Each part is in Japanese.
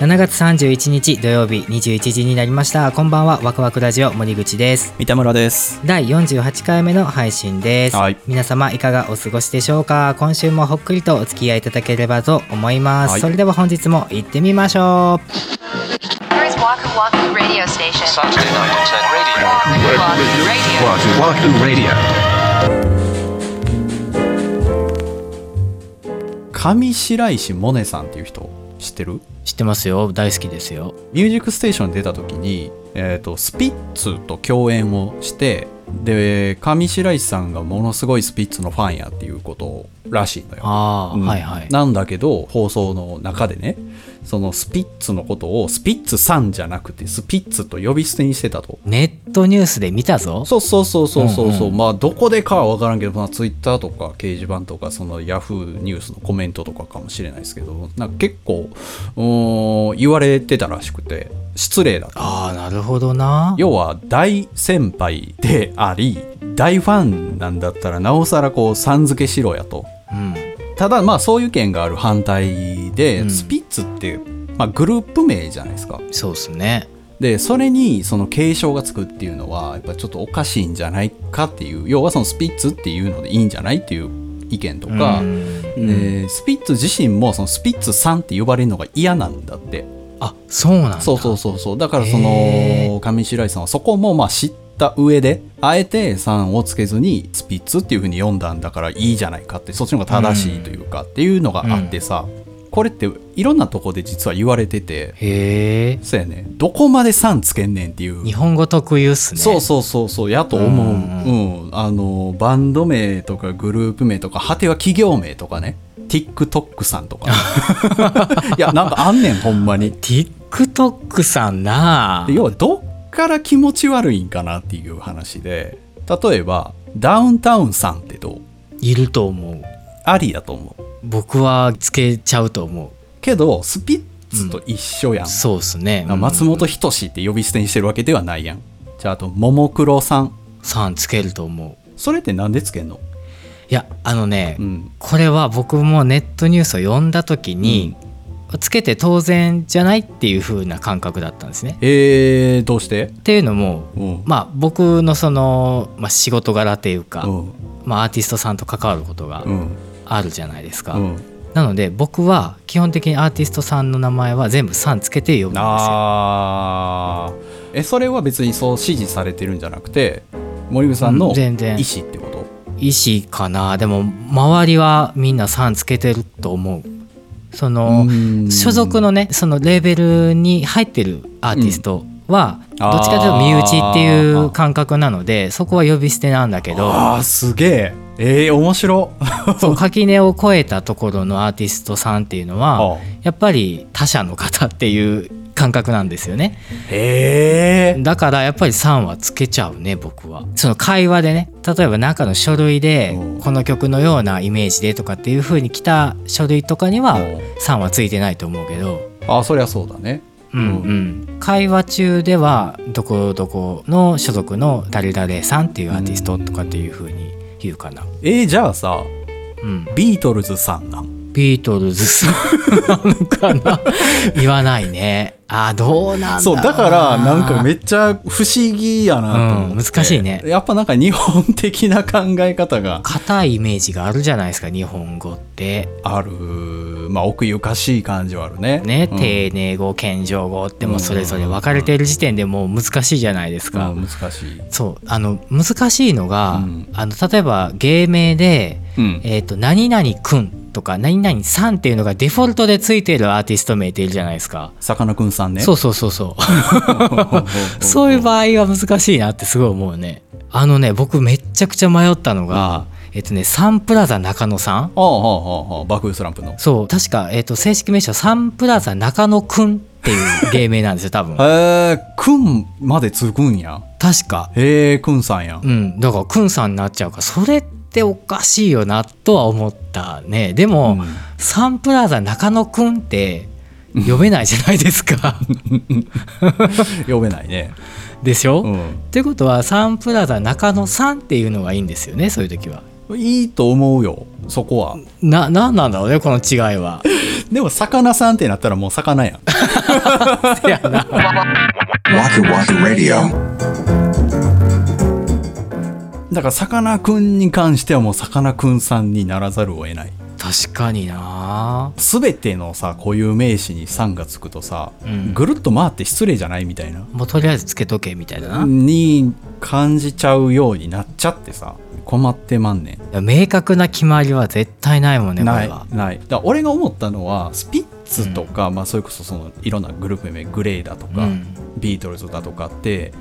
7月31日土曜日21時になりましたこんばんはワクワクラジオ森口です三田村です第48回目の配信です、はい皆様いかがお過ごしでしょうか今週もほっくりとお付き合いいただければと思います、はいそれでは本日も行ってみましょ Here's Waku Waku Radio Station. Saturday night at radio. Waku Waku Radio. Waku Waku Radio. 上白石萌音さんっていう人知ってるう知ってますよ大好きですよミュージックステーションに出た時に、えー、とスピッツと共演をしてで上白石さんがものすごいスピッツのファンやっていうことらしいのよああ、うんはいはいなんだけど放送の中でねそのスピッツのことをスピッツさんじゃなくてスピッツと呼び捨てにしてたとネットニュースで見たぞそうそうそうそうそうそう、うんうまあどこでかは分からんけど、まあ、ツイッターとか掲示板とかそのヤフーニュースのコメントとかかもしれないですけどなんか結構うーん言われてたらしくて失礼だとああなるほどな要は大先輩であり大ファンなんだったらなおさらこうさん付けしろやとうんただまあそういう意見がある反対で、うんスピッツって、まあ、グループ名じゃないですかそうっすねでそれにその継承がつくっていうのはやっぱちょっとおかしいんじゃないかっていう要はそのスピッツっていうのでいいんじゃないっていう意見とか、うんでスピッツ自身もそのスピッツさんって呼ばれるのが嫌なんだってあそうなんだそうそうそうそうだからそへの上白石さんはそこもまあ知った上であえて「さん」をつけずに「スピッツ」っていうふうに読んだんだからいいじゃないかってそっちの方が正しいというかっていうのがあってさ、これっていろんなとこで実は言われてて。へえそうやねどこまで「さん」つけんねんっていう日本語特有っすねそうそうそうそうやと思う、ううんんあのバンド名とかグループ名とか果ては企業名とかね TikTok さんとか いやなんかあんねんほんま に TikTok さんなあで要はどっから気持ち悪いんかなっていう話で例えばダウンタウンさんってどういると思うありだと思う僕はつけちゃうと思けどスピッツと一緒やんう、そうっすねあ松本人志って呼び捨てにしてるわけではないやんじゃああとももクロさんさんつけると思うそれってなんでつけんのいやあのね、うんこれは僕もネットニュースを読んだ時に、つけて当然じゃないっていう風な感覚だったんですねえー、どうしてっていうのもうんまあ僕のその、まあ、仕事柄っていうか、うんまあ、アーティストさんと関わることがうんあるじゃないですか、うん、なので僕は基本的にアーティストさんの名前は全部「さん」つけて呼ぶんですよあーえそれは別にそう指示されてるんじゃなくて森部さんうのん意全思っ然てこと意思かなでも周りはみんな「さん」つけてると思うそのうん所属のねそのレーベルに入ってるアーティストはどっちかというと身内っていう感覚なのでそこは呼び捨てなんだけどあーすげええー、面白そう垣根を越えたところのアーティストさんっていうのはやっぱり他者の方っていう感覚なんですよねへえだからやっぱり「さん」はつけちゃうね僕はその会話でね例えばなんかの書類でうんこの曲のようなイメージでとかっていう風に来た書類とかには「さん」はついてないと思うけどあーそりゃそうだねうんうん会話中ではどこどこの所属の誰々さんっていうアーティストとかっていう風に言うかなえー、じゃあさうんビートルズさんなんビートルズさんなのか な言わないねあーどうなんだろなそうだからなんかめっちゃ不思議やなと思って、うん難しいねやっぱなんか日本的な考え方が硬いイメージがあるじゃないですか日本語ってあるまあ奥ゆかしい感じはあるねね、うん丁寧語謙譲語ってもうそれぞれ分かれてる時点でもう難しいじゃないですか、うん難しい、そうあの難しいのが、うんあの例えば芸名でうん「えー、と何々くん」とか「何々さん」っていうのがデフォルトでついてるアーティスト名っているじゃないですか、さかなクンさんねそううそうそうそう そういう場合は難しいなってすごい思うねあのね僕めっちゃくちゃ迷ったのが、えっ、とねサンプラザ中野さんああああああ爆風スランプのへそう確か、えー、と正式名称サンプラザ中野くんっていう芸名なんですよ多 分えくんまでつくんや確かへえくんさんや うんだからくんさんになっちゃうからそれっておかしいよなとは思ったねでも、うんサンプラザ中野くんって読めないじゃないです か読めないねでしょ、うっんてことはサンプラザ中野さんっていうのがいいんですよねそういう時はいいと思うよそこはな何なんだろうねこの違いはでも魚さんってなったらもう魚やんせやな Waku Waku Radio. だから魚くんに関してはもう魚くんさんにならざるを得ない確かにな全てのさ固有名詞に「さん」がつくとさ、うんぐるっと回って失礼じゃないみたいなもうとりあえずつけとけみたいな、に感じちゃうようになっちゃってさ困ってまんねん明確な決まりは絶対ないもんねこなれいはないだから俺が思ったのはスピッツとか、まあ、それこそそのいろんなグループ名グレーだとか、うんビートルズだとかって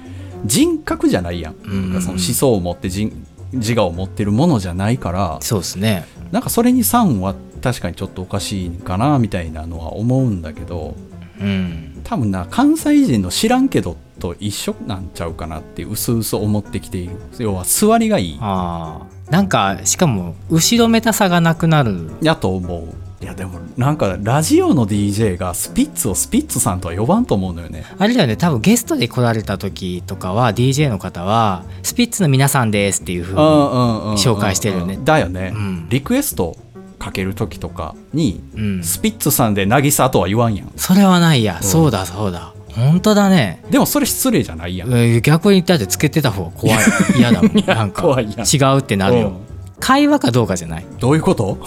人格じゃないやん,、んなんかその思想を持って人自我を持ってるものじゃないからそうですねなんかそれに「さん」は確かにちょっとおかしいかなみたいなのは思うんだけどうん多分な関西人の知らんけどと一緒なんちゃうかなってうすうす思ってきている要は座りがいいああなんかしかも後ろめたさがなくなるやと思ういやでもなんかラジオの DJ がスピッツをスピッツさんとは呼ばんと思うのよねあれだよね多分ゲストで来られた時とかは DJ の方は「スピッツの皆さんです」っていう風に紹紹介してるよねだよね、うんリクエストかける時とかに、うんスピッツさんで渚とは言わんやんそれはないや、そうだそうだ本当だねでもそれ失礼じゃないやん、えー逆にだってつけてた方が怖い 嫌だもんなんか怖いやん違うってなるうよん会話かどうかじゃないどういうこと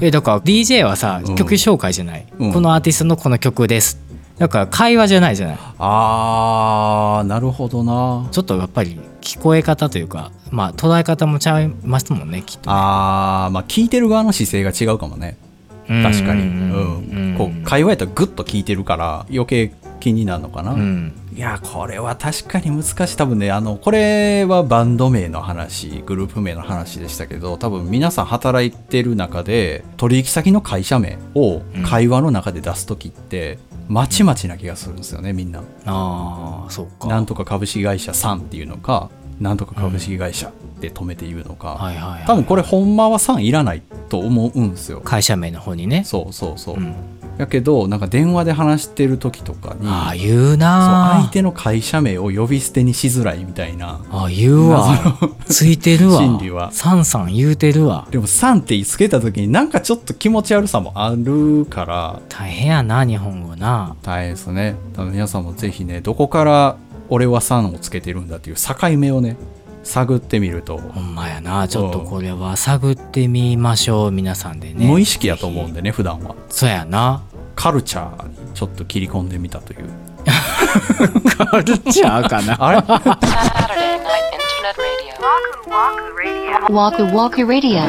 えだから DJ はさうん曲紹介じゃない、うんこのアーティストのこの曲ですだから会話じゃないじゃない あーなるほどなちょっとやっぱり聞こえ方というかまあ捉え方もちゃいますもんねきっとねあーまあ聞いてる側の姿勢が違うかもね確かに、ううんんこう会話やったらグッと聞いてるから余計気になるのかな、うんいやこれは確かに難しい多分ねあのこれはバンド名の話グループ名の話でしたけど多分皆さん働いてる中で取引先の会社名を会話の中で出す時ってまちまちな気がするんですよねみんな。ああそうかなんとか株式会社さんっていうのかなんとか株式会社って止めて言うのはいかはい、はい、多分これほんまはさんいらないと思うんですよ。会社名の方にねそうそうそう。んやけどなんか電話で話してる時とかにああ言うそうなあ相手の会社名を呼び捨てにしづらいみたいなあ言うわ ついてるわ心理はさんさん言うてるわでも「さん」ってつけた時になんかちょっと気持ち悪さもあるから大変やな日本語な大変ですねだから皆さんもぜひねどこから「俺はさん」をつけてるんだっていう境目をね探ってみるとほんまやなちょっとこれは探ってみましょう皆さんでね無意識やと思うんでね普段はそうや なカルチャーにちょっと切り込んでみたというカルチャーかなあれ Saturday night internet radio. Waku Waku Radio. Waku Waku Radio.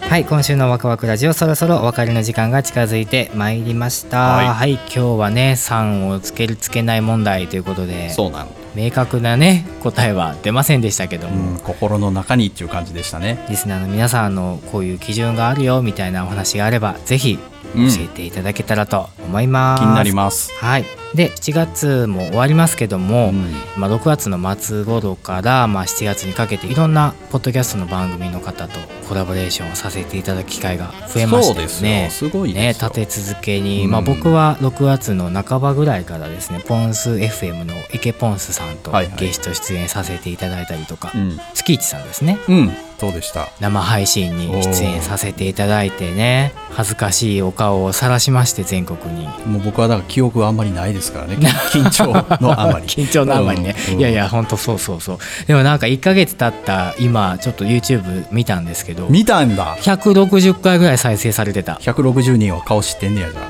はい今週のワクワクラジオそろそろお別れの時間が近づいてまいりましたは、はいい今日はね「さん」をつけるつけない問題ということでそうなの、明確なね答えは出ませんでしたけどうも、ん、心の中にっていう感じでしたねリスナーの皆さんあのこういう基準があるよみたいなお話があればぜひ教うんえていただけたらと思います。気になります、はい、で7月も終わりますけども、うんまあ、6月の末頃から、まあ、7月にかけていろんなポッドキャストの番組の方とコラボレーションをさせていただく機会が増えましたよそうね。ですよすごいね、ですよ立て続けに、まあ、うん僕は6月の半ばぐらいからですねポンス FM の池ポンスさんとはいはいゲスト出演させていただいたりとか、うん月一さんですねうんどうでした生配信に出演させていただいてね恥ずかしいお顔を晒しまして全国にもう僕はだから記憶はあんまりないですから ね緊張のあまり緊張のあまりね、うんうんいやいやほんとそうそうそうでもなんか1ヶ月経った今ちょっと YouTube 見たんですけど見たんだ160回ぐらい再生されてた160人は顔知ってんねやじゃ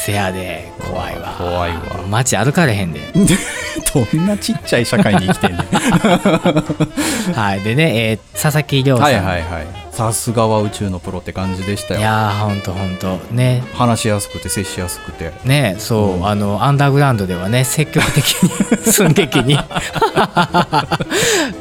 せやで怖いわ怖いわ街歩かれへん であどんなちっちゃい社会に生きてん ねんはいでね、えー佐々木亮さん、、はいいはいはいさすがは宇宙のプロって感じでしたよやーほんとほんとね話しやすくて接しやすくてねそう、あのアンダーグラウンドではね積極的 に寸劇に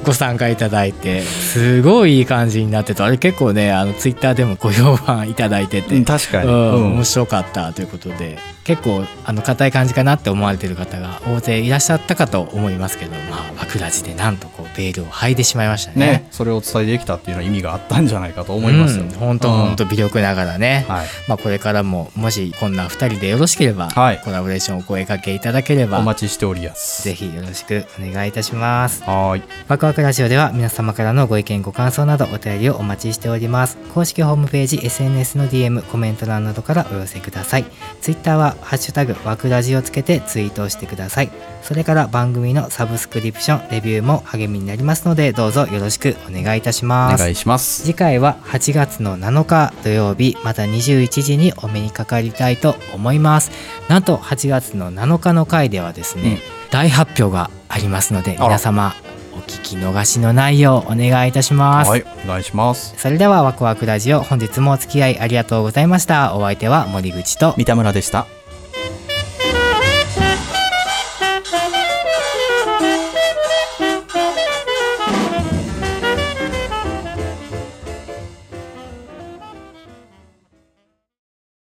ご参加いただいてすごいいい感じになってたあれ結構ねあのツイッターでもご評判いただいてて、うん確かにうんうん面白かったということで結構あの硬い感じかなって思われてる方が大勢いらっしゃったかと思いますけどまあ枕地でなんとこうベールを剥いでしまいましたねね、それをお伝えできたっていうのは意味があったんじゃないかと思いますよ。うん本当うん本当微力ながらね、はいまあこれからももしこんな2人でよろしければ、はいコラボレーションお声掛けいただけれおば待ちしておりやす。ぜひよろしくお願いいたしますはーい。ワクワクラジオでは皆様からのご意見ご感想などお便りをお待ちしております公式ホームページ SNS の DM コメント欄などからお寄せください Twitter は「ハッシュタグワクラジ」をつけてツイートをしてくださいそれから番組のサブスクリプションレビューも励みになりますのでどうぞよろしくお願いいたしおます願いします。次回は8月の7日土曜日また21時にお目にかかりたいと思いますなんと8月の7日の回ではですね、大発表がありますのでら皆様お聞き逃しのないようお願いいたします、はい、お願いします。それではワクワクラジオ本日もお付き合いありがとうございましたお相手は森口と三田村でした。